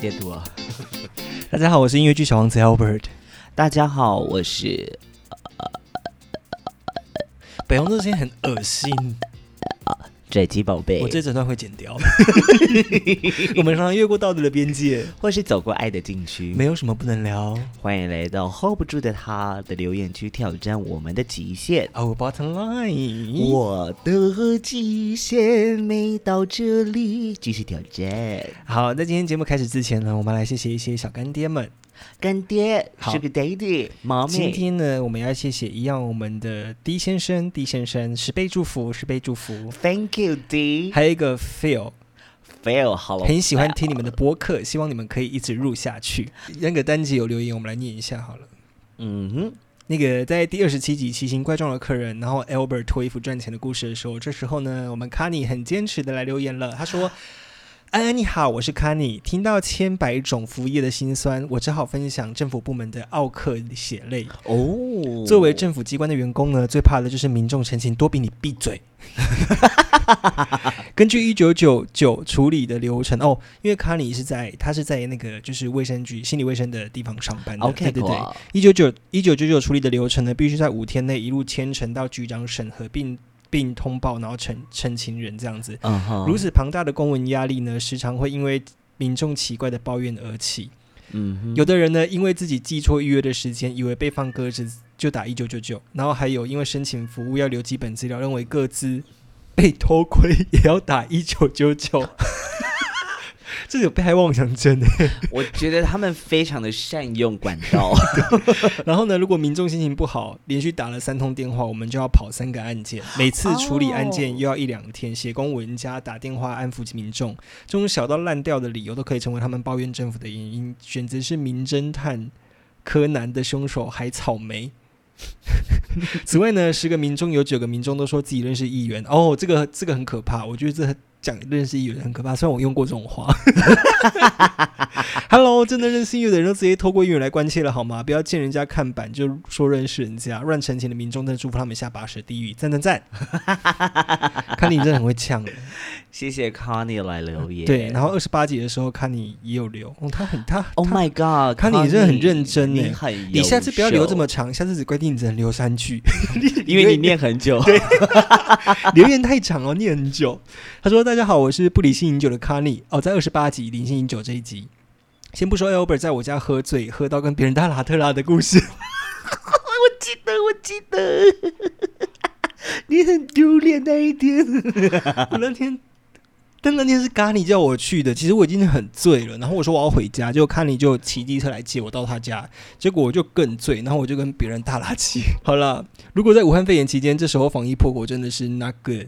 点读啊！大家好，我是音乐剧小王子 Albert。大家好，我是 北红这声音很恶心，拽鸡宝贝，我这整段会剪掉。 我们常常越过道德的边界，或是走过爱的禁区，没有什么不能聊。欢迎来到 hold 不住的他的留言区，挑战我们的极限。 Our bottom line，我的极限没到这里，继续挑战。好，在今天节目开始之前呢，我们来谢谢一些小干爹们。干爹好是个 daddy，妈今咪，天呢，我们要谢谢一样我们的 D 先生，D 先生十倍祝福，十倍祝福， Thank you, D. 还有一个 Phil， Fail, hello. 很喜欢听你们的播客，希望你们可以一直录下去。那个单集有留言，我们来念一下好了。嗯哼，那个在第二十七集《奇形怪状的客人》，然后 Albert 脱衣服赚钱的故事的时候，这时候呢，我们 c a n y 很坚持的来留言了，他说：“安安你好，我是 c a n y 听到千百种服务业的辛酸，我只好分享政府部门的奥克血泪。哦，作为政府机关的员工呢，最怕的就是民众陈情多逼你闭嘴。 根据一九九九处理的流程哦，因为卡里是在他是在那个就是卫生局心理卫生的地方上班的 OK 对对对。过一九九一九九九处理的流程呢，必须在五天内一路牵呈到局长审核并并通报，然后澄澄清人这样子。嗯哼，如此庞大的公文压力呢，时常会因为民众奇怪的抱怨而起。嗯哼，有的人呢，因为自己记错预约的时间，以为被放鸽子，就打一九九九。然后还有因为申请服务要留基本资料，认为各自 被偷窥也要打一九九九。 这有被害妄想症的。我觉得他们非常的善用管道。然后呢，如果民众心情不好，连续打了三通电话，我们就要跑三个案件，每次处理案件又要一两天，写公文加打电话安抚民众，这种小到烂掉的理由都可以成为他们抱怨政府的原因。选择是名侦探柯南的凶手海草莓。 此外呢，十个民众有九个民众都说自己认识议员，哦，这个这个很可怕，我觉得这很讲认识议员很可怕，虽然我用过这种话。Hello，真的认识音乐的人都直接透过音乐来关切了好吗？不要见人家看板就说认识人家，乱成钱的民众真的祝福他们下把舌地狱，赞 赞赞！看你真的很会呛。谢谢 Connie 来留言。对，然后二十八集的时候，看你也有留，哦，他很他 Oh my God，看你真的很认真你欸很优秀，你下次不要留这么长，下次只规定你只能留三句， 因为你念很久。留言太长了，念很久。他说：“大家好，我是不理性饮酒的卡尼。哦，在二十八集理性饮酒这一集，先不说 Albert 在我家喝醉，喝到跟别人搭拉特拉的故事。我记得，我记得， 你很丢脸那一天。我那天，但那天是咖喱叫我去的，其实我已经很醉了。然后我说我要回家，结果咖喱就骑机车来接我到他家，结果我就更醉，然后我就跟别人大拉气。 好了，如果在武汉肺炎期间，这时候防疫破口真的是 not good，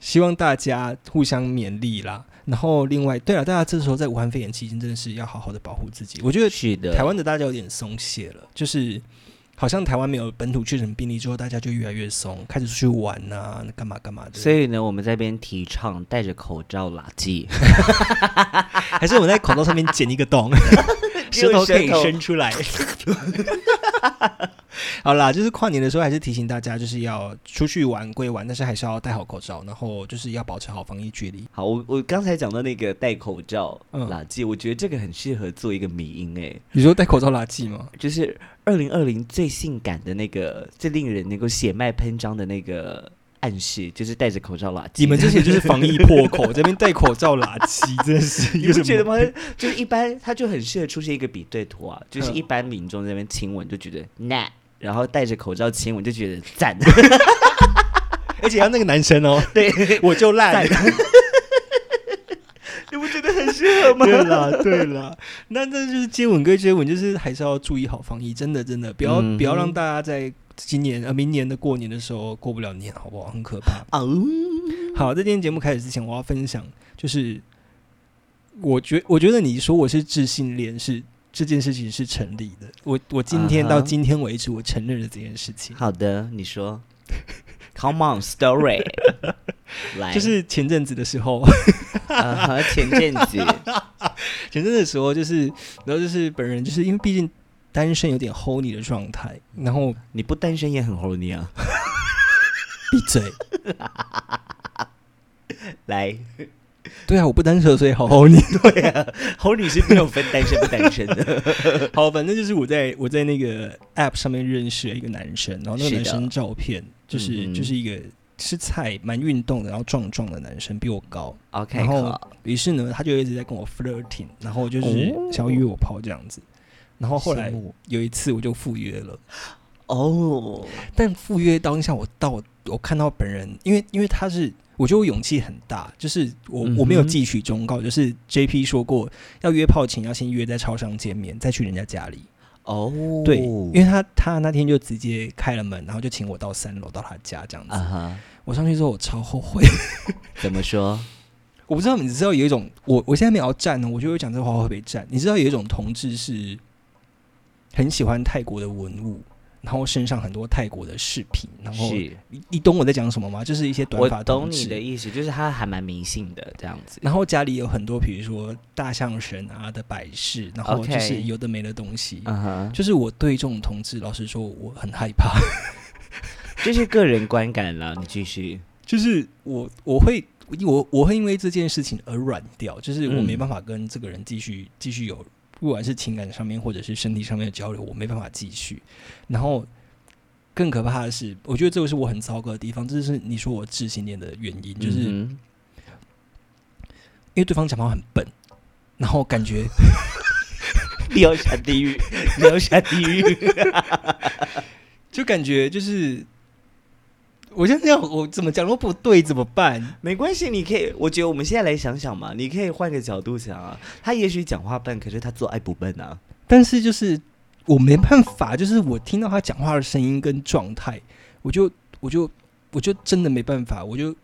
希望大家互相勉励啦。然后另外，对了，啊大家这时候在武汉肺炎期间真的是要好好的保护自己。我觉得是的，台湾的大家有点松懈了，就是。好像台湾没有本土确诊病例之后，大家就越来越松，开始出去玩啊，干嘛干嘛的。所以呢，我们在这边提倡戴着口罩垃 圾，还是我们在口罩上面剪一个 洞，舌头可以伸出来。 好啦，就是跨年的时候，还是提醒大家，就是要出去玩归玩，但是还是要戴好口罩，然后就是要保持好防疫距离。好，我我刚才讲到那个戴口罩嗯垃圾，我觉得这个很适合做一个迷哎音诶、你说戴口罩垃圾吗？就是二零二零最性感的那个、最令人能够血脉喷张的那个暗示，就是戴着口罩垃圾。你们这些就是防疫破口，这边戴口罩垃圾，真的 是你有不什觉得么？吗？ 就是一般，它就很适合出现一个比对图啊，就是一般民众在那边亲吻就觉得那，然后戴着口罩亲吻就觉得 赞，而且要那个男生哦，对，我就烂。你不觉得很适合吗？对啦，对啦，那这就是接吻归接吻，就是还是要注意好防疫，真的真的，不要、嗯不要让大家在今年呃明年的过年的时候过不了年，好不好？很可怕。哦，好，在今天节目开始之前，我要分享，就是我觉我觉得你说我是自信恋是这件事情是成立的，我我今天啊哈到今天为止，我承认了这件事情。好的，你说，Come on story，来，就是前阵子的时候，呃和前阵子，前阵子的时候，就是然后就是本人就是因为毕竟单身有点 hold 你的状态，然后你不单身也很 horny 啊，闭嘴。来，对啊，我不单身，所以好好你。 对 啊，侯女是没有分单身不单身 的。好，反正就是我在我在那个 App 上面认识了一个男生，然后那是的个男生照片就是嗯哼就是一个是菜蛮运动的，然后壮壮的男生，比我高。 OK，然后好于是呢，他就一直在跟我 flirting，然后就是哦想要约我跑这样子。然后后来羡慕有一次我就赴约了，哦，但赴约当下我到我看到本人，因为因为他是我觉得我勇气很大，就是我、嗯哼我没有汲取忠告，就是 J P 说过要约炮前要先约在超商见面，再去人家家里。哦，对，因为他他那天就直接开了门，然后就请我到三楼到他家这样子。啊哈，我上去之后我超后悔， 怎么说？我不知道你知道有一种我我现在没有要站呢，我就会讲这话会被站。你知道有一种同志是很喜欢泰国的文物。然后身上很多泰国的饰品，然后是你你懂我在讲什么吗？就是一些短我发懂同你志的意思，就是他还蛮迷信的这样子。然后家里有很多，比如说大象神啊的摆饰，然后 OK 就是有的没的东西。嗯哼，就是我对这种同志，老实说，我很害怕。 这是个人观感啦，你继续。就是我我会我我会因为这件事情而软掉，就是我嗯没办法跟这个人继续继续有，不管是情感上面或者是身体上面的交流，我没办法继续。然后更可怕的是，我觉得这个是我很糟糕的地方，这就是你说我自信恋的原因，就是因嗯为对方讲话很笨，然后感觉哼 你要下地 狱，你要下地狱。就感觉就是，我现在这样，我怎么讲都不对，怎么办？没关系，你可以，我觉得我们现在来想想嘛，你可以换个角度想啊。他也许讲话笨，可是他做爱不笨 啊。但是就是我没办法，就是我听到他讲话的声音跟状态，我就我就我就真的没办法，我就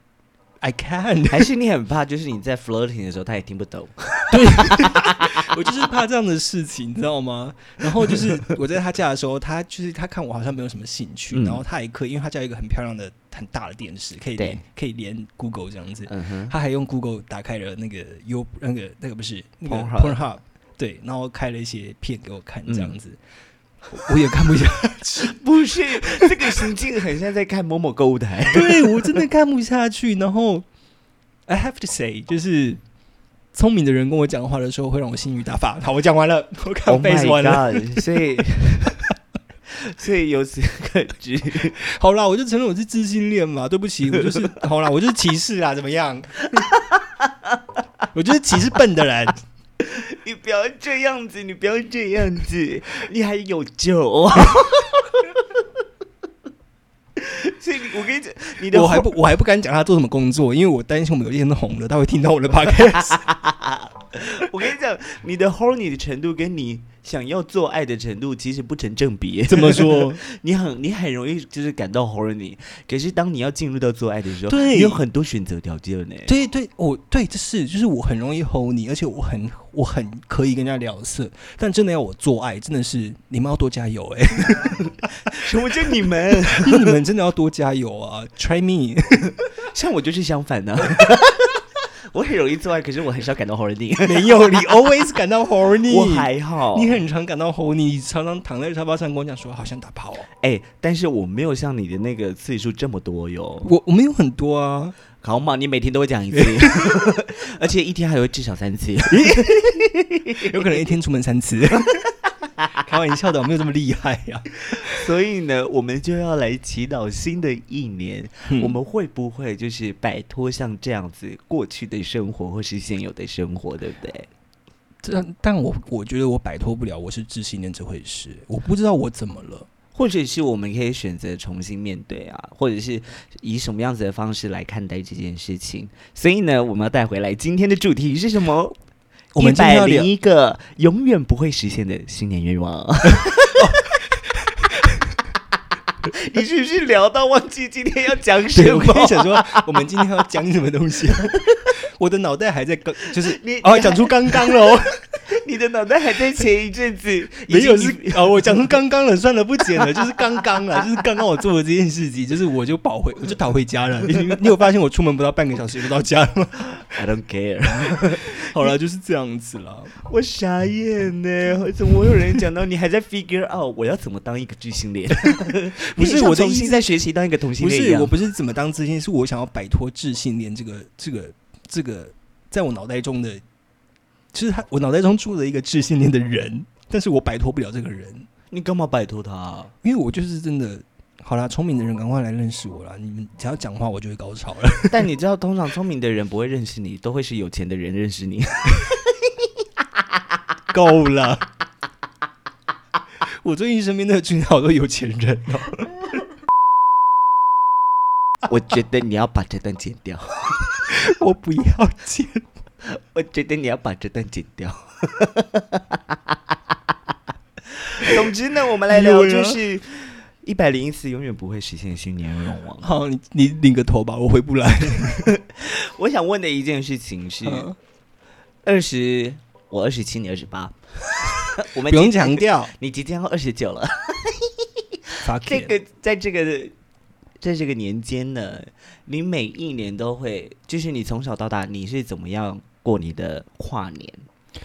I can，还是你很怕，就是你在 flirting 的时候他也听不懂。 我就是怕这样的事情，你知道吗？然后就是我在他家的时候，他就是他看我好像没有什么兴趣，嗯然后他也可以，因为他家有一个很漂亮的很大的电视，可以对连可以连 Google 这样子，嗯哼，他还用 Google 打开了那个 U 那个那个不是那个 Pornhub Pornhub，对，然后开了一些片给我看，这样子，嗯我我也看 不下， 不是，这个行径很像在看某某购物台。对我真的看不下去。然后 I have to say，就是聪明的人跟我讲话的时候会让我心语大发。好，我讲完了，我看 Oh face 完了。 my god！所以， 所以由此可知，好啦，我就承认我是自信恋 嘛，对不起，我就是好啦，我就是歧视啊，怎么样？ 我就是歧视笨的 人。 你不要这样子，你不要这样子，你还有啊救。 所以你，我跟你讲，你的我还后不我还不敢讲他做什么工作，因为我担心我们有一天都红了，他会听到我 的 podcast。我跟你讲，你的 horny 的程度跟你想要做爱的程度其实不成正比。 怎么 说？你很你很容易就是感到 horny，可是当你要进入到做爱的时候，对你有很多选择条件呢。对对，我对这是就是我很容易吼你，而且我很我很可以跟人家聊色，但真的要我做爱，真的是你们要多加油哎、 什么叫你们？你们真的要多加油啊！Try me， 像我就是相反的、 我很容易做爱，可是我很少感到 horny。没有你 always 感到 horny，我还好，你很常感到 horny，你常常躺在沙发上跟我讲说好想打炮哦，哎、但是我没有像你的那个次数这么多哟。我我没有很多啊，好嘛，你每天都会讲 一次，而且一天还会至少三次。有可能一天出门三次，开玩笑的，我没有这么厉害啊呀、所以呢，我们就要来祈祷新的一年，嗯我们会不会就是摆脱像这样子过去的生活，或是现有的生活，对不对？但但我我觉得我摆脱不了我是自信恋这回事，我不知道我怎么了。或者是我们可以选择重新面对啊，或者是以什么样子的方式来看待这件事情。所以呢，我们要带回来今天的主题是什么？ 我们一今天百要聊零一个永远不会实现的新年愿望。 你是不是聊到忘记今天要讲什 对，我跟你么？讲说，我们今天要讲什么东西？ 我的脑袋还在刚，就是你哦，讲出刚刚了哦，你的脑袋还在前一阵子，没 有已经是哦，我讲出刚刚了，算了，不剪了， 就是刚刚了，就是刚刚我做的这件事情，就是我就跑回，我就逃回家了。你你有发现我出门不到半个小时就到家了吗？ I don't care，好了，就是这样子了。我傻眼呢，怎么会有人讲到你还在 figure out 我要怎么当一个巨星 脸？不是你像我的重意思新在学习当一个同性不恋一是，样我不是怎么当自信，是我想要摆脱自信恋这个这个这个在我脑袋中的，就是他我脑袋中住了一个智性恋的人，但是我摆脱不了这个人，你干嘛摆脱他？因为我就是真的。好啦，聪明的人赶快来认识我啦！你们只要讲话，我就会高潮了。 但你知道，通常聪明的人不会认识你，都会是有钱的人认识你。够了， 我最近身边的群好多有钱人哦。 我觉得你要把这段剪掉，我不要 钱，我觉得你要把这段剪 掉。总之呢，我们来聊就是一百零一次永远不会实现的新年愿望。啊好，你你领个头吧，我回不来。 我想问的一件事情是，二十我二十七，你二十 八，我们不用即将强，调。 你即将要二十九了。 Fuck 这 it 个在这个在这个年间呢，你每一年都会，就是你从小到大你是怎么样过你的跨年？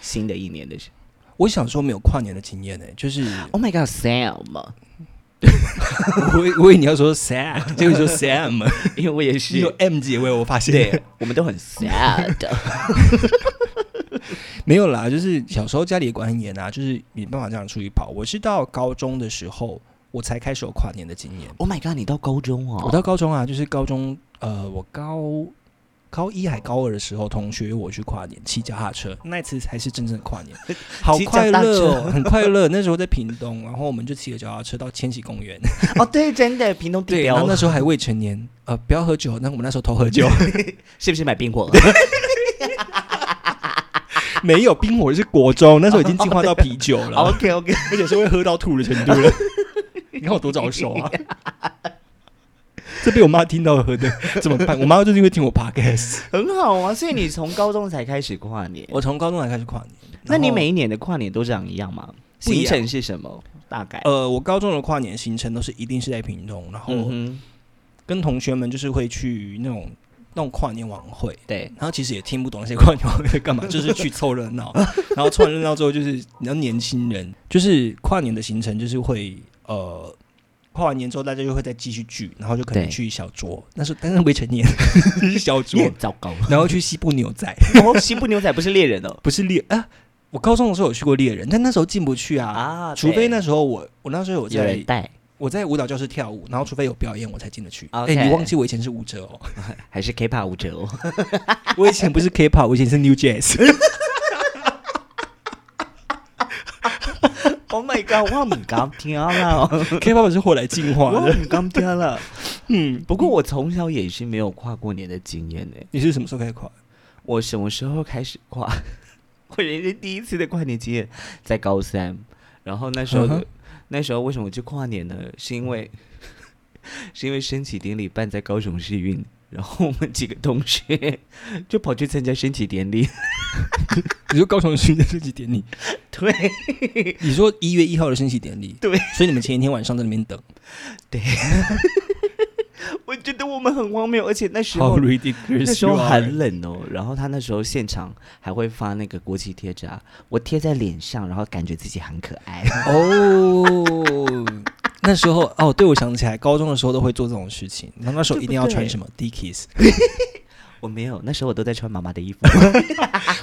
新的一年的时我小时候没有跨年的经验呢、欸就是，Oh my God，Sam， 我以我以为你要说 sad，结果你说 Sam， 因为我也你 有是， M 结尾，我发 现对，我们都很 sad。没有啦，就是小时候家里也管很严啊，就是没办法这样出去跑。我是到高中的时候，我才开始有跨年的经验。 Oh my God，你到高中我哦，到高中啊，就是高中，呃，我高高一还高二的时候，同学约我去跨年，骑脚踏车，那一次才是真正的跨年，好骑脚快踏 乐哦，车 很快乐。那时候在屏东，然后我们就骑着脚踏车到千禧公 园，哦对，真的，屏东地然后标那时候还未成年，呃，不要喝酒，那我们那时候偷喝酒，是不是买冰火了？没有冰火是国中，那时候已经进化到啤酒 了， OK OK，而且是会喝到吐的程度 了。你看我多早熟啊！这被我妈听到喝的怎么办？我妈就是因为听我 podcast，很好啊。所以你从高中才开始跨年，我从高中才开始跨年。那然你后每一年的跨年都长一样哦吗？不行一样程是什么？大概？呃，我高中的跨年行程都是一定是在屏东，然后嗯哼，跟同学们就是会去那种那种跨年晚会，对，然后其实也听不懂那些跨年晚会 干嘛，就是去凑热闹。然后凑完热闹之后，就是你要年轻人，就是跨年的行程就是会呃。跨完年之后，大家就会再继续聚，然后就可能对去小酌，但是但是未 成年就是小你酌很，糟糕。然后去西部牛仔， 哦，西部牛仔不是猎人哦。不是猎啊！我高中的时候有去过猎人，但那时候进不去 啊，啊，除非那是时候我我那时候有有在人带，我在舞蹈教室跳舞，然后除非有表演我才进得去。哎 OK 你忘记我以前是舞者哦， 还是 K-pop 舞者哦。我以前不是 K-pop，我以前是 New Jazz。 Oh my god，我唔敢听 了， K-pop 是后来进化我的。唔敢听 了。嗯，不过我从小也是没有跨过年的经验呢。你是什么时候开始跨？我什么时候开始跨？ 我人生第一次的跨年经验在高三，然后那时候的、嗯哼那时候为什么去跨年呢？是因为 是因为升旗典礼办在高雄市运，然后我们几个同学就跑去参加升旗典礼。 你说高雄市的升旗典礼？对，你说一月一号的升旗典礼？对，所以你们前一天晚上在那 边等，我觉得我们很荒谬，而且那时好候 ridiculous！那时候 you are 很冷哦，然后他那时候现场还会发那个国旗贴纸啊，我贴在脸上，然后感觉自己很可爱。 哦。那时候哦，对，我想起来，高中的时候都会做这种事情。然后那时候一定要穿什么 Dickies，我没有，那时候我都在穿妈妈的衣服。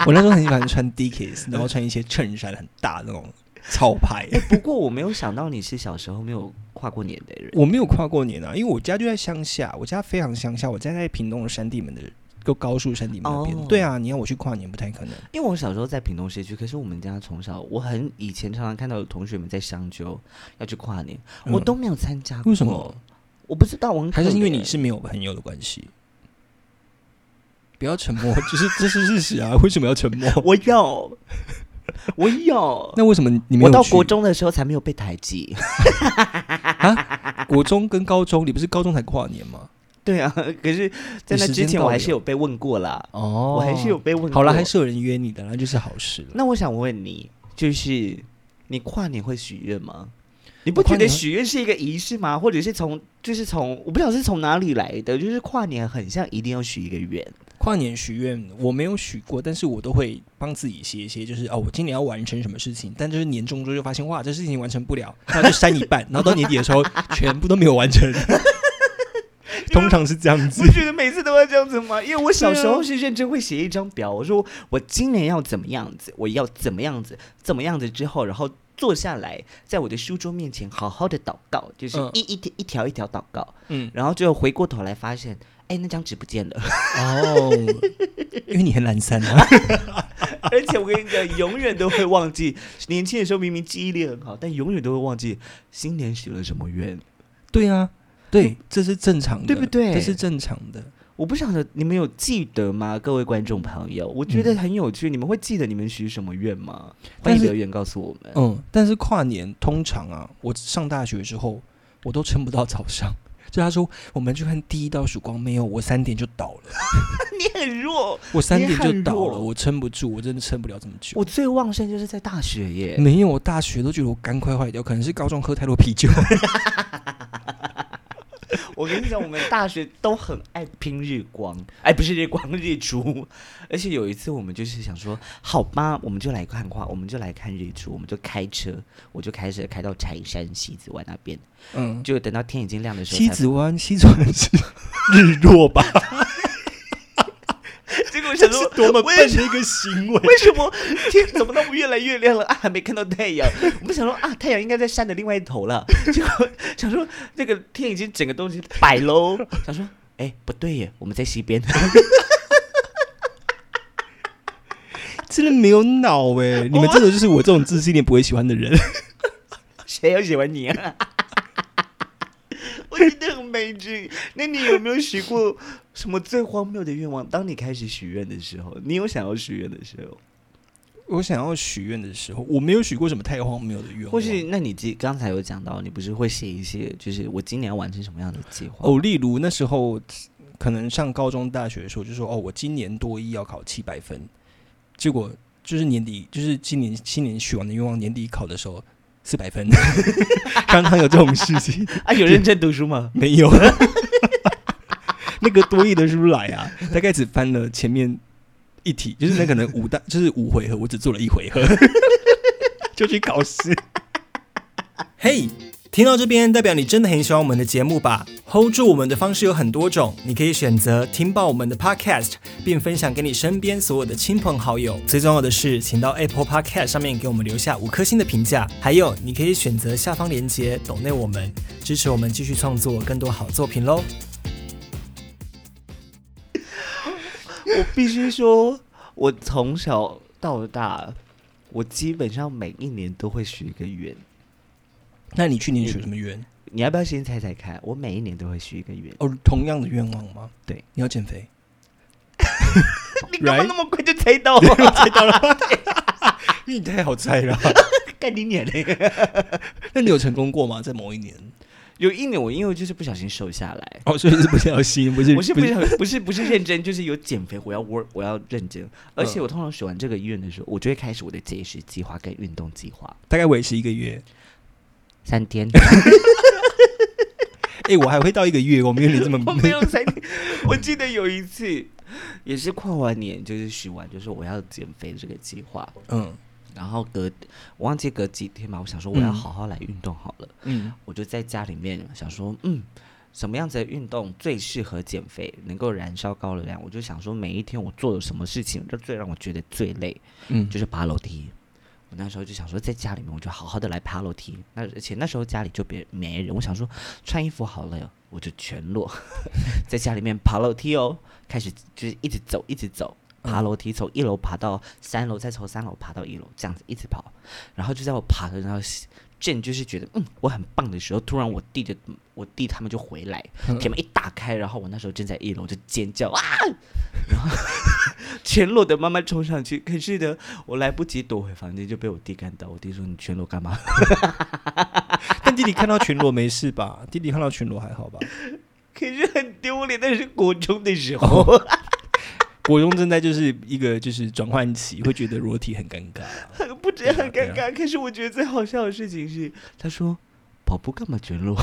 我那时候很喜欢穿 Dickies，然后穿一些衬衫很大那种潮牌。不过我没有想到你是小时候没有跨过年的人。我没有跨过年啊，因为我家就在乡下，我家非常乡下，我家在屏东的山地门的就高速山地门那边。哦对啊，你要我去跨年不太可能。因为我小时候在屏东市区，可是我们家从小我很以前常常看到有同学们在香洲要去跨年，嗯我都没有参加过。为什么？？我不知道，我很还是可因为怜你是没有朋友的关系？不要沉默，就是这是事实啊！为什么要沉默？ 我有， 我有。那为什么你没有我去？到国中的时候才没有被排挤。国中跟高中，你不是高中才跨年吗？对啊，可是，在那之前我还是有被问过啦，哦我还是有被问过。好了，还是有人约你的啦，那就是好事了。那我想问你，就是你跨年会许愿吗？你不我跨觉得年会许愿是一个仪式吗？或者是从就是从我不知道是从哪里来的，就是跨年很像一定要许一个 愿。跨年许愿我没有许过，但是我都会帮自己写一些，就是哦，我今年要完成什么事情，但就是年终之后就发现哇，这事 情完成不了，那就删一半，然后到年底的时候全部都没有完成， 通常是这样子不。觉得每次都要这样子吗？因为我小时候是认真会写一张表，我说我今年要怎么样子，我要怎么样子，怎么样子之后，然后坐下来，在我的书桌面前好好的祷告，就是嗯一一条一条一条祷告，嗯， 然后最后回过头来发现，哎，那张纸不见了，哦，因为你很懒散啊。 而且我跟你讲，永远都会忘记，年轻的时候明明记忆力很好，但永远都会忘记新年许了什么愿。对啊，对，这是正常的，对不对这是正常的。我不晓得你们有记得吗，各位观众朋友？我觉得嗯很有趣，你们会记得你们许什么愿吗？欢但迎是留言告诉我们。嗯，但是跨年通常啊，我上大学之后，我都撑不到早上。 就他说我们去看第一道曙光，没有，我三点就倒 了，你很弱，我三点就倒你很了，弱我撑不住，我真的撑不了这么久。我最旺盛就是在大学耶。没有，我大学都觉得我肝快坏掉，可能是高中喝太多啤酒。 我跟你讲，我们大学都很爱拼日光，哎，不是日光 日出。而且有一次，我们就是想说，好吧，我们就来看画，我们就来看日出，我们就开车，我就开车开到柴山西子湾那边，嗯，就等到天已经亮的时候才，西子湾，西子湾 是日落吧？结果我想 这说是多么为笨的一个行为。为什么天怎么那么越来越亮了啊？还没看到太阳，我们想说啊，太阳应该在山的另外一头了，结果想说那个天已经整个东西摆喽，想说哎、不对耶，我们在西边，哎真的没有脑哎、 你们这种就是我这种自信一点不会喜欢的人。 谁要喜欢你啊？我真的很没趣。那你有没有许过什么最荒谬的愿望？当你开始许愿的时候，你有想要许愿的时候，我想要许愿的时候，我没有许过什么太荒谬的愿望。啊或是那你记刚才有讲到，你不是会写一些，就是我今年要完成什么样的计划？哦，例如那时候可能上高中、大学的时候，就说哦，我今年多一要考七百分，结果就是年底，就是今年新年许完的愿望，年底考的时候四百分， 刚刚有这种事情 啊，有认真读书 吗？没有？ 那个多益的书来啊，大概只翻了前面一题，就是那可能五大就是五回合，我只做了一回合，就去考试。嘿听到这边，代表你真的很喜欢我们的节目吧？hold 住我们的方式有很多种，你可以选择听爆我们的 podcast，并分享给你身边所有的亲朋好友。最重要的是，请到 Apple Podcast 上面给我们留下五颗星的评价。还有，你可以选择下方链接抖内我们，支持我们继续创作更多好作品喽。我必须说，我从小到大，我基本上每一年都会许一个愿。那你去年许什么愿？你要不要先猜猜看？我每一年都会许一个愿。哦，同样的愿望吗？对，你要减肥。你干嘛 Right？那么快就猜到我？因为你哎太好猜了。干你脸嘞！ 那你有成功过吗？在某一年？有一年我因为就是不小心瘦下来，哦，所以是不小心，不是我是不是 不是不是认真，就是有减肥，我要 work，我要认真。而且我通常许完这个愿的时候，我就会开始我的节食计划跟运动计划，大概维持一个月。三天。 哎、我还会到一个月，我没有 你这么我没有才， 我记得有一次也是跨完年，就是许完，就是我要减肥这个计划，嗯然后隔我忘记隔几天嘛，我想说我要嗯好好来运动好了，嗯我就在家里面想说，嗯，什么样子的运动最适合减肥，能够燃烧高热量？我就想说每一天我做了什么事情，就最让我觉得最累，嗯，就是爬楼梯。我那时候就想说，在家里面我就好好的来爬楼梯。那而且那时候家里就别没人，我想说穿衣服好了，我就全裸 在家里面爬楼梯哦，开始就是一直走，一直走，爬楼梯从一楼爬到三楼，再从三楼爬到一楼，这样子一直跑。然后就在我爬的，然后正就是觉得嗯我很棒的时候，突然我弟的我弟他们就回来，铁门一打开，然后我那时候正在一楼就尖叫啊， 然后 全裸的妈妈冲上去，可是呢，我来不及躲回房间就被我弟看到，我弟说你全裸干嘛？但弟弟看到群裸没事吧？弟弟看到群裸还好吧？ 可是很丢脸，那是国中的 时候，国中正在就是一个就是转换期，会觉得裸体很尴尬。啊不止很对尴啊尬，可是我觉得最好笑的事情是，他说跑步干嘛全裸？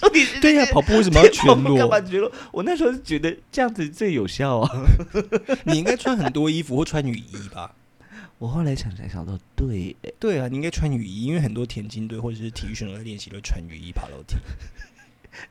到底是 对呀、这跑步为什么要全跑步干嘛裸？全裸？我那时候是觉得这样子最有效啊。你应该穿很多衣服或穿雨衣吧？我后来想才想到，对，对啊，你应该穿雨衣，因为很多田径队或者是体育选手在练习都穿雨衣爬楼梯。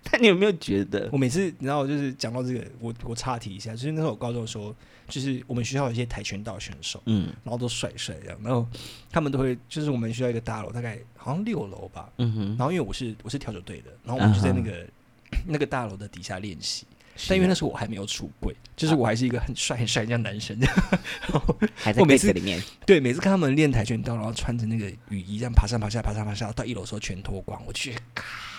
但你有没有觉得？我每次你知道，就是讲到这个，我我岔题一下，就是那时候我高中的时候，就是我们学校有一些跆拳道选手，嗯然后都帅帅这样，然后他们都会，就是我们学校一个大楼，大概好像六楼吧，嗯哼，然后因为我是我是跳酒队的，然后我们就在那个、 那个大楼的底下练习。但因为那时候我还没有出柜，就是我还是一个很帅很帅这样男生。还在我每 case 次里面， 对，每次看他们练跆拳道，然后穿着那个雨衣这样爬上爬下爬上爬下，到一楼的时候全脱光，我去，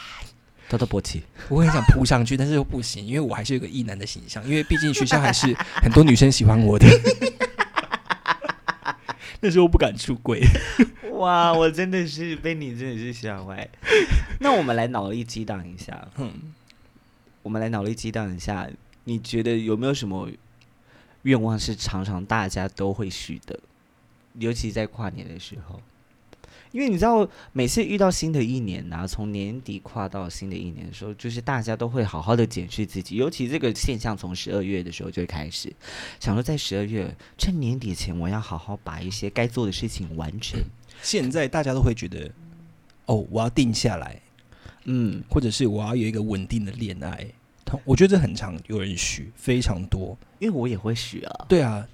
偷偷勃起，我很想扑上去，但是又不行，因为我还是有个异男的形象，因为毕竟学校还是很多女生喜欢我的。 那时候不敢出柜， 哇，我真的是被你真的是吓坏。那我们来脑力激荡一下，嗯，我们来脑力激荡一下，你觉得有没有什么愿望是常常大家都会许的，尤其在跨年的时候？因为你知道，每次遇到新的一年呐、从年底跨到新的一年的时候，就是大家都会好好的检视自己，尤其这个现象从十二月的时候就会开始，想说在十二月趁年底前，我要好好把一些该做的事情完成。现在大家都会觉得，哦，我要定下来，嗯，或者是我要有一个稳定的恋爱。同我觉得这很常有人许，非常多。因为我也会许啊。 对啊，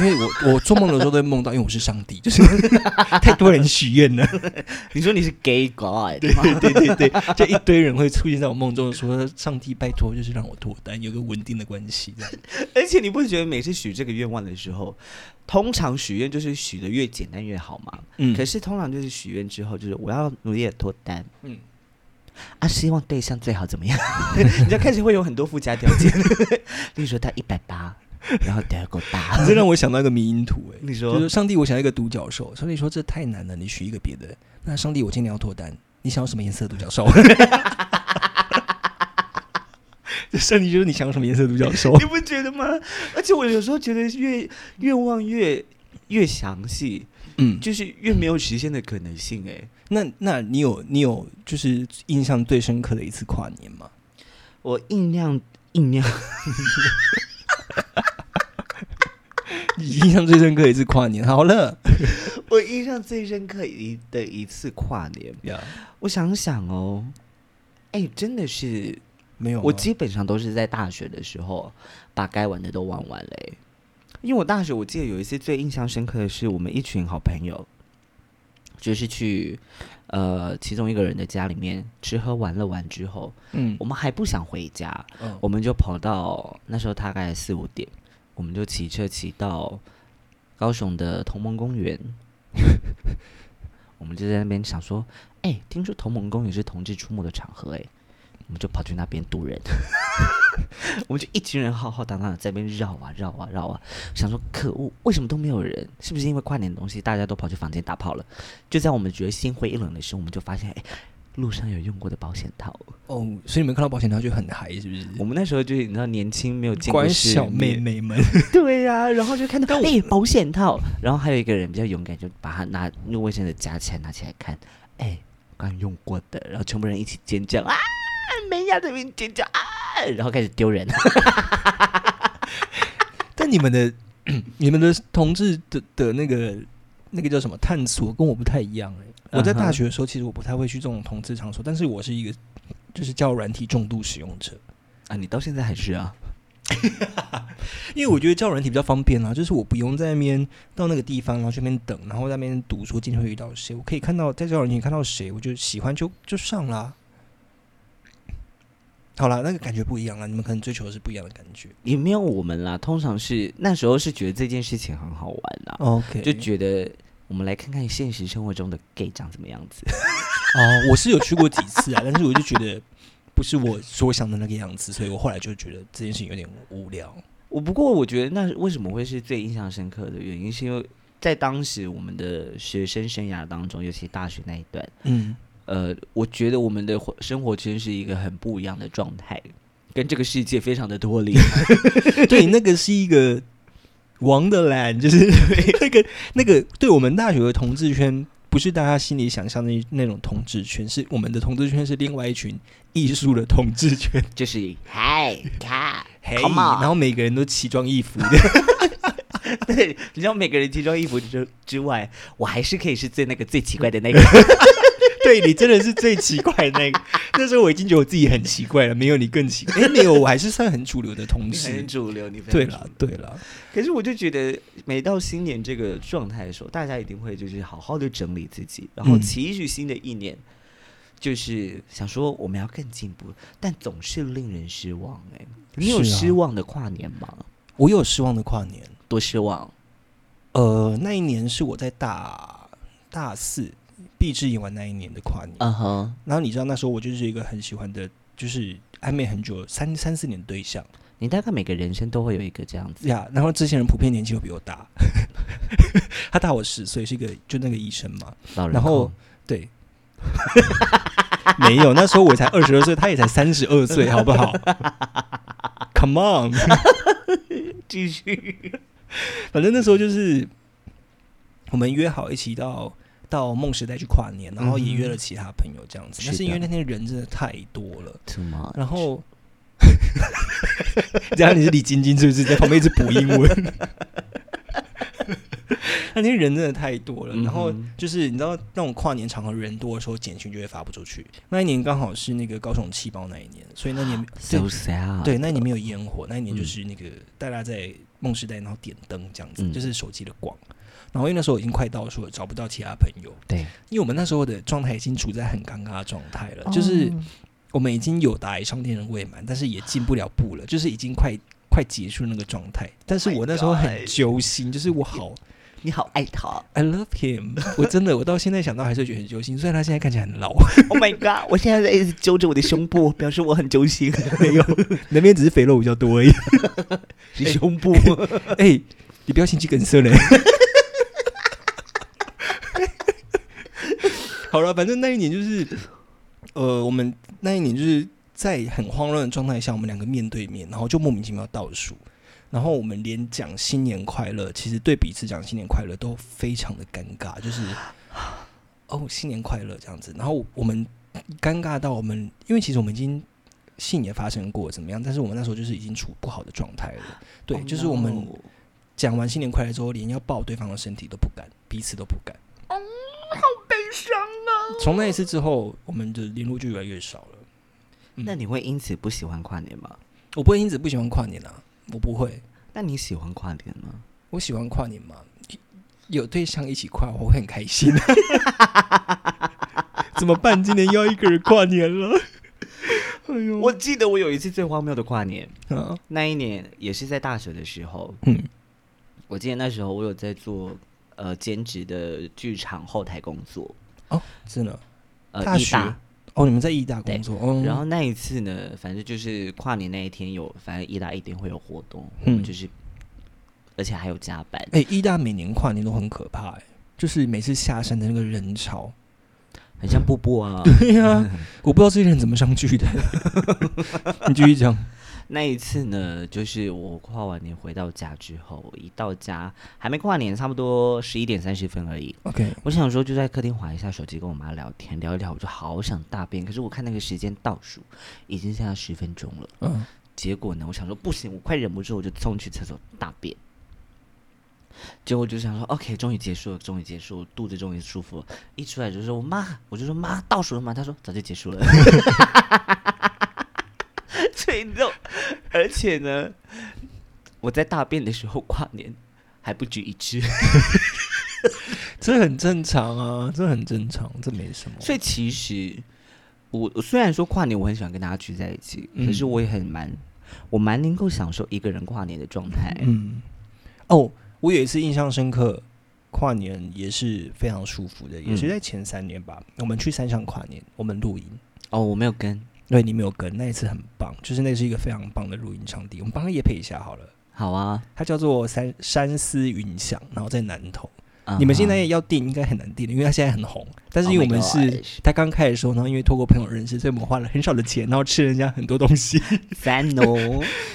因为我我 做梦的时候都会梦到，因为我是上帝，就是 太多人许愿了。 你说你是 gay god，对对对对，就一堆人会出现在我梦中，说上帝拜托，就是让我脱单，有个稳定的关系。这样而且你不觉得每次许这个愿望的时候，通常许愿就是许的越简单越好嘛？嗯可是通常就是许愿之后，就是我要努力的脱单嗯，啊，希望对象最好怎么样？ 你就开始会有很多附加条件， 例如说他一百八，然后德国大，你这让我想到一个迷因图、哎，你就说是上帝，我想要一个独角兽。上帝说这太难了，你许一个别的。那上帝，我今天要脱单，你想要什么颜色的独角兽？ 这上帝就是你想要什么颜色的独角兽？你不觉得吗？而且我有时候觉得越愿望越越详细，嗯，就是越没有实现的可能性、哎。那那你有你有就是印象最深刻的一次跨年吗？我酝酿酝酿，你印象最深刻的一次跨年，好了， 我印象最深刻一的一次跨年，我想想哦，哎，真的是，没有吗，我基本上都是在大学的时候把该玩的都玩完了欸。因为我大学，我记得有一次最印象深刻的是，我们一群好朋友，就是去呃其中一个人的家里面吃喝玩乐完之后，嗯我们还不想回家，嗯我们就跑到那时候大概四五点，我们就骑车骑到高雄的同盟公园， 我们就在那边想说，哎、听说同盟公园是同志出没的场合、哎，我们就跑去那边堵人， 我们就一群人浩浩荡荡的在那边绕啊绕啊绕啊，想说可恶，为什么都没有人？是不是因为跨年的东西大家都跑去房间打炮了？就在我们觉得心灰意冷的时候，我们就发现，哎、路上有用过的保险套。哦，所以你们看到保险套就很嗨，是不是？我们那时候就是你知道年轻没有见过乖世小妹 面，妹们，对呀、然后就看到哎、保险套，然后还有一个人比较勇敢，就把它拿用卫生纸夹起来拿起来看，哎、刚用过的，然后全部人一起尖叫啊，没呀，这边尖叫啊，然后开始丢人，但你们的 你们的同志的的那个那个叫什么探索跟我不太一样哎、我在嗯哼大学的时候其实我不太会去这种同志场所，但是我是一个就是叫软体重度使用者，啊，你到现在还是啊，因为我觉得交友软体比较方便啊，就是我不用在那边到那个地方，然后去那边等，然后在那边赌说今天会遇到谁，我可以看到在交友软体看到谁，我就喜欢就就上啦。好啦，那个感觉不一样啦，你们可能追求的是不一样的感觉。 也没有我们啦，通常是那时候是觉得这件事情很好玩啦， OK，就觉得我们来看看现实生活中的 gay 长什么样子，哦，我是有去过几次啊，但是我就觉得不是我所想的那个样子，所以我后来就觉得这件事情有点无聊。我不过我觉得那为什么会是最印象深刻的原因，是因为在当时我们的学生生涯当中，尤其大学那一段，嗯，呃，我觉得我们的活生活圈是一个很不一样的状态，跟这个世界非常的脱离。对，那个是一个 Wonderland，就是 那个那个对我们大学的同志圈，不是大家心里想象的那种同志圈，是我们的同志圈是另外一群艺术的同志圈，就是嗨看，嘿， Come on 然后每个人都奇装异服的， 对，你 知道每个人奇装异服之之外，我还是可以是最那个最奇怪的那个。对你真的是最奇怪的那个。 那时候我已经觉得我自己很奇怪了，没有你更奇怪。哎，没有，我还是算很主流的同你志很。主流，你非常对主了流，对了，可是我就觉得，每到新年这个状态的时候，大家一定会就是好好的整理自己，然后嗯期许新的一年，就是想说我们要更进步，但总是令人失望、哎，你有是啊失望的跨年吗？我有失望的跨年。多失望！呃，那一年是我在大大四毕制演完那一年的跨年。嗯哼，然后你知道那时候我就是一个很喜欢的，就是暧昧很久三三四年的对象你大概每个人生都会有一个这样子。呀。然后这些人普遍年纪又比我大， 他大我十岁，是一个就那个医生嘛。老人然后控对， 没有，那时候我才二十二岁，他也才三十二岁，好不好？Come on， 继续，反正那时候就是我们约好一起到到梦时代去跨年，然后也约了其他朋友这样嗯子。是但是因为的那天人真的太多了，怎么？然后。 然后你是李晶晶是不是在旁边一直补英 文？那天人真的太多了，然后嗯哼就是你知道那种跨年场合人多的时候，简讯就会发不出去。那一年刚好是那个高雄气爆那一年，所以那年 so 对 sad，啊对，那一年没有烟火，那一年就嗯是那个大家在梦时代，然后点灯这样子，嗯就是手机的光。然后因为那时候已经快到说找不到其他朋友，对，因为我们那时候的状态已经处在很尴尬的状态了，就是哦我们已经有达以上恋人未满，但是也进不了步了，就是已经快快结束那个状态。但是 Oh my 我那时候很 God 揪心，就是我好你好爱 他 I love him，我真的我到现在想到还是会觉得很揪心，虽然他现在看起来很老， ，Oh my god！我现在在一直揪着我的胸部，表示我很揪 心。没有那边只是肥肉比较多而已。你胸部，哎、你不要心肌梗塞嘞。好了，反正那一年就是，呃，我们那一年就是在很慌乱的状态下，我们两个面对面，然后就莫名其妙倒数，然后我们连讲新年快乐，其实对彼此讲新年快乐都非常的尴尬，就是哦，新年快乐这样子。然后我们尴尬到我们，因为其实我们已经信也发生过怎么样，但是我们那时候就是已经处不好的状态了。对 Oh 就是我们 no 讲完新年快乐之后，连要抱对方的身体都不敢，彼此都不敢。哦，嗯好悲伤啊！从那一次之后，我们的联络就越来越少了。嗯那你会因此不喜欢跨年吗？我不会因此不喜欢跨年啊，我不会，那你喜欢跨年吗？我喜欢跨年嘛，有对象一起跨，我会很 开心。怎么办？今年又要一个人跨年了。哎呦，我记得我有一次最荒谬的跨年，啊，那一年也是在大学的时候，嗯我记得那时候我有在做呃兼职的剧场后台工作，哦，真的呃大艺学大。哦，你们在义大工作，嗯，然后那一次呢，反正就是跨年那一天有，反正艺大一定会有活动，嗯我们就是而且还有加班，哎、义大每年跨年都很可怕、哎，就是每次下山的那个人潮。很像布布 啊。对呀、我不知道这些人怎么上去的。 你继续讲。那一次呢，就是我跨完年回到家之后，一到家还没跨年，差不多十一点三十分而已。 OK，我想说就在客厅划一下手机，跟我妈聊天，聊一聊，我就好想大便，可是我看那个时间倒数，已经剩下十分钟了。嗯，结果呢，我想说不行，我快忍不住，我就冲去厕所大便。结果我就想说，OK，终于结束了，终于结束了，肚子终于舒服了。一出来就说我妈，我就说妈，倒数了吗？她说早就结束了。 吹动，而且呢，我在大便的时候跨年还不止一次，这很正常啊，这很正常，这没什么。所以其实我我虽然说跨年我很喜欢跟大家聚在一起，可是嗯我也很蛮，我蛮能够享受一个人跨年的状态。嗯，哦，我有一次印象深刻，跨年也是非常舒服的，也是嗯在前三年吧。我们去山上跨年，我们露营，哦，我没有跟对你没有跟，那一次很棒，就是那是一个非常棒的露营场地，我们帮他夜配一下好了。好啊，它叫做山山思云想，然后在南投。嗯你们现在好要订应该很难订的，因为它现在很红。但是因为 Oh 我 my 们是 gosh 它刚开的时候，然后因为透过朋友认识，所以我们花了很少的钱，然后吃人家很多东西。 三 哦，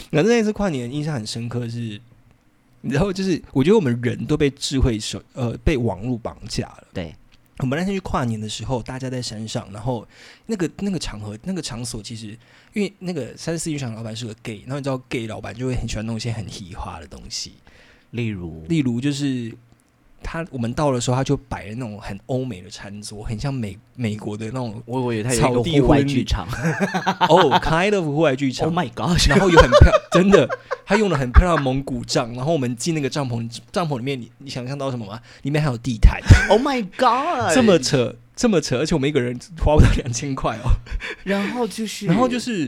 然后那一次跨年印象很深刻是，然后就是我觉得我们人都被智慧手呃被网络绑架了。对，我们那天去跨年的时候，大家在山上，然后那个那个场合、那个场所，其实因为那个三四剧场老板是个 gay，然后你知道 gay 老板就会很喜欢弄一些很嘻哈的东西，例如例如就是他我们到的时候，他就摆了那种很欧美的餐桌，很像美美国的那种我以为它草有一地个户外婚剧礼场。 哦 kind of 户外剧 Oh 场， my god！然后有很漂真的，他用了很漂亮的蒙古帐，然后我们进那个帐篷，帐篷里面你你想象到什么吗？里面还有地毯， Oh my god！这么，扯，这么扯，而且我们一个人花不到两千块哦。然后就是， 然后就是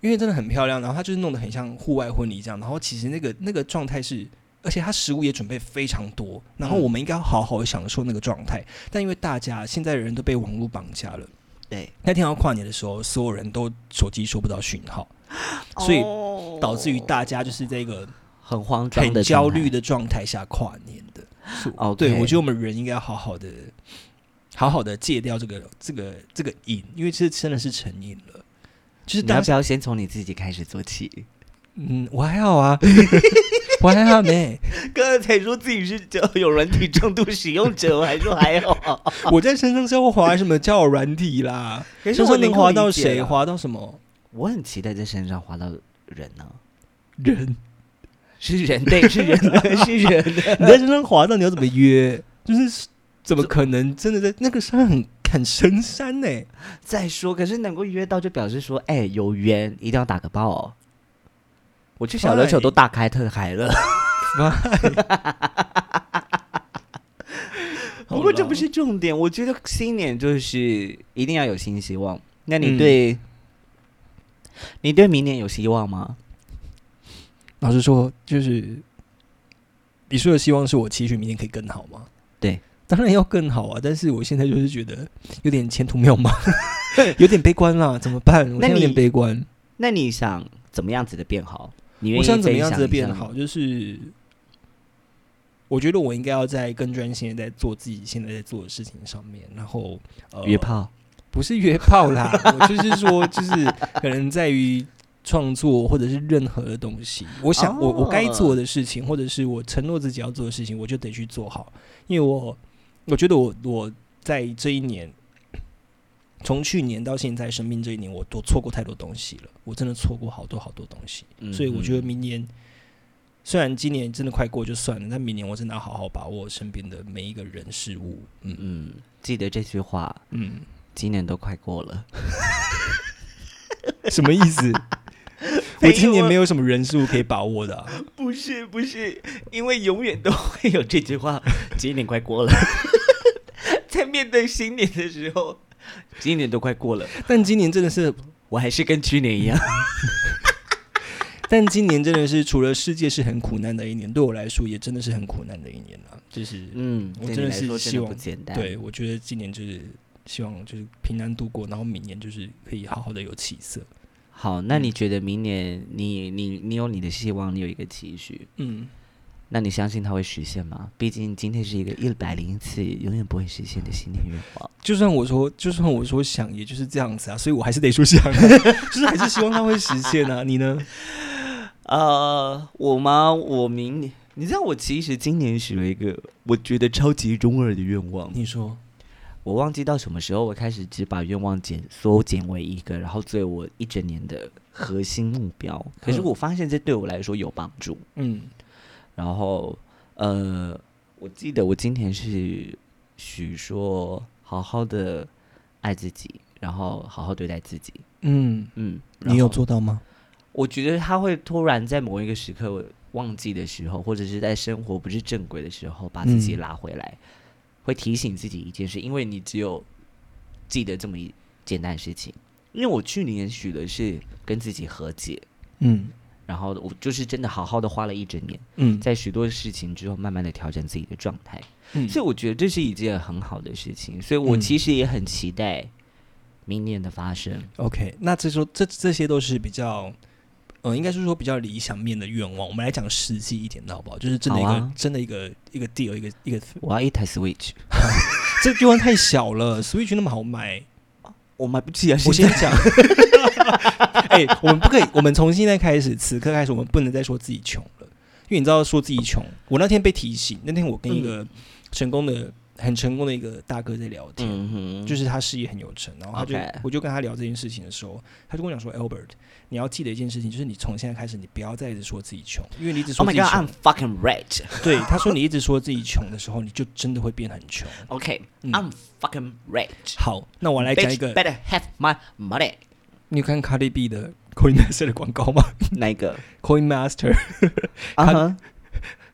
因为真的很漂亮，然后它就是弄得很像户外婚礼这样，然后其实那个那个状态是。而且它食物也准备非常多，然后嗯我们应该要好好享受那个状态。但因为大家现在人都被网络绑架了，对，那天要跨年的时候，所有人都手机收不到讯号，所以哦导致于大家就是这个很慌张很的焦状态虑。的状态下跨年的。是 OK 对，我觉得我们人应该好好的、好好的戒掉这个、这个、这个瘾，因为这真的是成瘾了。就是你要当不要先从你自己开始做起？嗯，我还 好啊，我还好呢。刚才才说自己是交友软体重度使用者，我还说还好。我在深圳之后滑什么交友软体啦？哦可深圳能滑到谁？？滑到 什么我很期待在身上滑到人呢、人？是人对，是人 是人你在深圳滑到你要怎么约？就是怎么可能真的在那个山很很深山呢、再说，可是能够约到，就表示说，哎、有缘，一定要打个爆、哦。我去小琉球 Fine 都大开特开了， 不过这不是重点。我觉得新年就是一定要有新希望。那你嗯对，你对明年有希望吗？老实说，就是你说的希望是我期许明天可以更好吗？对，当然要更好啊！但是我现在就是觉得有点前 途渺茫，有点悲观啦，怎么办？我那现在有点你悲观。那你想怎么样子的变好？你愿我意想怎么分样享子一变下吗好？？就是我觉得我应该要在更专心的在做自己现在在做的事情上面，然后呃，约炮，不是约炮啦，我就是说，就是可能在于创作或者是任何的东西。我想我我该做的事情，或者是我承诺自己要做的事情，我就得去做好，因为我我觉得我我在这一年。从去年到现在，生病这一年，我都错过太多东西了。我真的错过好多好多东西，嗯所以我觉得嗯明年，虽然今年真的快过就算了，但明年我真的要好好把握身边的每一个人事物。嗯嗯，记得这句话，嗯，今年都快过了。 什么意 思？没有我今年没有什么人数可以把 握的啊、 不是不是，因为永远都会有这句话， 今年快过了。 在面对新年的时候，今年都快过了，但今年真的是，我还是跟去年 一样。但今年真的是，除了世界是很苦难的一年，对我来说也真的是很苦难的一年了、就是，嗯，我对真你的是来说希真的望不简单。对我觉得今年就是希望就是平安度过，然后明年就是可以好好的有起色。好，那你觉得明年你你你有你的希望，你有一个期许，嗯，那你相信它会实现吗？毕竟今天是一个一百零一次永远不会实现的新年愿望。就算我说，就算我说想，也就是这样子啊，所以我还是得说想、 啊，就是还是希望它会实现啊。你呢？呃，我吗？我明年，你知道我其实今年许了一个我觉得超级中二的愿望，你说，我忘记到什么时候，我开始只把愿望减缩减为一个，然后作为我一整年的核心目标。可是嗯我发现这对我来说有帮助。嗯然后，呃，我记得我今年是许说好好的爱自己，然后好好对待自己。嗯，嗯，然你有后做到吗？我觉得他会突然在某一个时刻我忘记的时候，或者是在生活不是正轨的时候，把自己嗯拉回来，会提醒自己一件事，因为你只有记得这么一简单的事情。因为我去年许的是跟自己和解，嗯然后我就是真的好好的花了一整年，嗯在许多事情之后，慢慢的调整自己的状态，嗯所以我觉得这是一件很好的事情，所以我嗯其实也很期待明年的发生。 OK，那这说这这些都是比较，呃，应该是说比较理想面的愿望。我们来讲实际一点的好不好？就是真的一个、好啊真的一个一个 deal，一个一个，我要一台 Switch，这地方太小了，Switch 那么好买，我买不起啊！我现先在讲。 哎、我们不可以，我们从现在开始，此刻开始，我们不能再说自嗯己穷了，因为你知道说自己穷，我那天被提醒，那天我跟一个成功的很成功的一个大哥在聊天，嗯哼，就是他事业很有成，然后他就 OK 我就跟他聊这件事情的时候，他就跟我讲说，Albert，你要记得一件事情，就是你从现在开始，你不要再一直说自己穷，因为你一直说 Oh 自 my 己穷 god, I'm fucking rich. 对，他说你一直说自己穷的时候，你就真的会变很穷。 OK, 嗯 I'm fucking rich. 好，那我来讲一 Bitch 个， better have my money. 你有看 Cardi B 的 Coin Master 的广告吗那一个， ？Coin Master，啊他哈，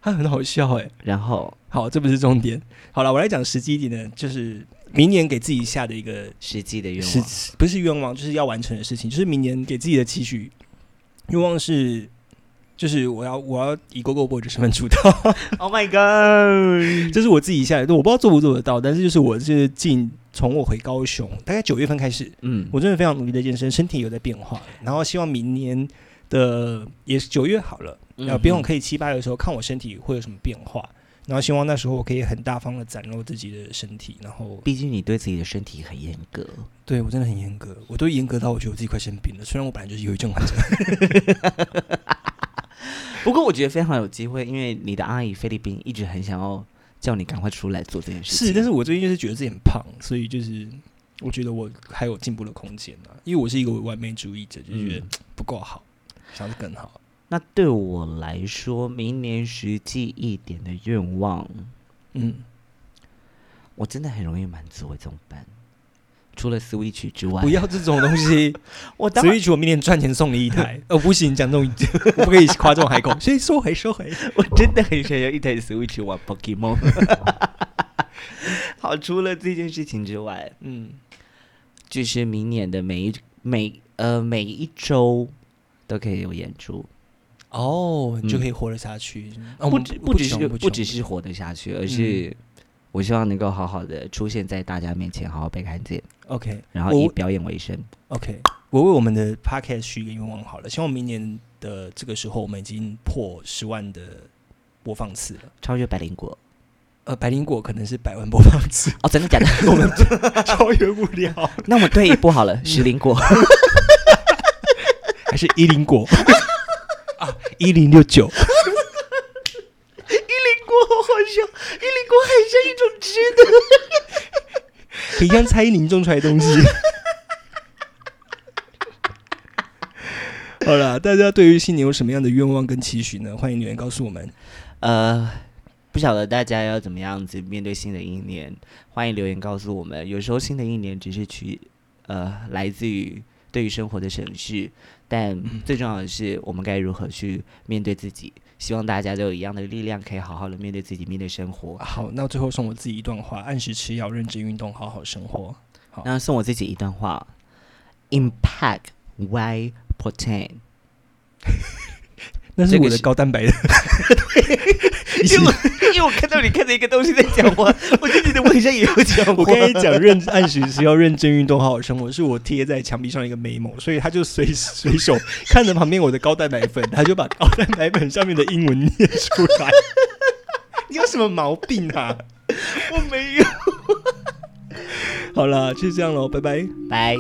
它很好笑哎、然后好，这不是重点。好了，我来讲实际一点的，就是明年给自己下的一个实际的愿是望，不是愿望，就是要完成的事情，就是明年给自己的期许。愿望是，就是我要我要以 GoGo Boy 的身份出道， Oh my god！这是我自己下来的，我不知道做不做得到，但是就是我是进从我回高雄，大概九月份开始， 嗯，我真的非常努力的健身，身体有在变化，然后希望明年的也是九月好了，然后边我嗯可以七八月的时候看我身体会有什么变化，然后希望那时候我可以很大方的展露自己的身体，然后毕竟你对自己的身体很严格，对我真的很严格，我都严格到我觉得我自己快生病了，虽然我本来就是忧郁症患者， 不过我觉得非常有机会，因为你的阿姨菲律宾一直很想要叫你赶快出来做这件事情。是，但是我最近就是觉得自己很胖，所以就是我觉得我还有进步的空间啊，因为我是一个完美主义者，就觉得嗯不够好，想的更好。那对我来说，明年实际一点的愿望，嗯，我真的很容易满足，我怎么办？除了 Switch 之外不，要这种东西。我当所以 我明年赚钱送你一台，呃，不行，讲这种 我不可以夸这种海口， 所以收回收回。 我真的很想要一台 Switch 玩 Pokemon。好，除了这件事情之外，嗯，就是明年的每一每呃每一周都可以有演出，哦，你就嗯可以活得下去。啊我哦不们只不不只穷是不不嗯穷只是穷活得下去，而是我希望能够好好的出现在大家面前，好好被看见， OK 然后我以表演为生。 OK，我为我们的 Podcast 许一个愿望好了，希望明年的这个时候我们已经破十万的播放次了。超越百灵 果呃，白灵果可能是百万播放次，哦，真的假的？我们 超越不了，那我们退一步好 了，石灵果。还是一零果 啊，一零六九。灵果好好笑，一灵果很像一种吃的。很像蔡依林种出来的东西。 好了，大家对于新年有什么样的愿望跟期许呢？欢迎留言告诉我们。呃，不晓得大家要怎么样子面对新的一年，欢迎留言告诉我们。有时候新的一年只是取呃来自于对于生活的审视，但最重要的是我们该如何去面对自己。希望大家都有一样的力量，可以好好的面对自己，面对生活。好，那最后送我自己一段话：按时吃药，认真运动，好好生活。好那送我自己一段话：Impact why protein。那是这个我的是高蛋白的。 你是因为我因为我看到你看着一个东西在讲话，我就觉得我好像也有讲话。 我刚才讲认按时吃药，认真运动，好好生活，是我贴在墙壁上一个 memo，所以他就随随手看着旁边我的高蛋白粉，他就把高蛋白粉上面的英文念出来。 你有什么毛病啊？ 我没有。好了，就这样喽，拜拜。拜。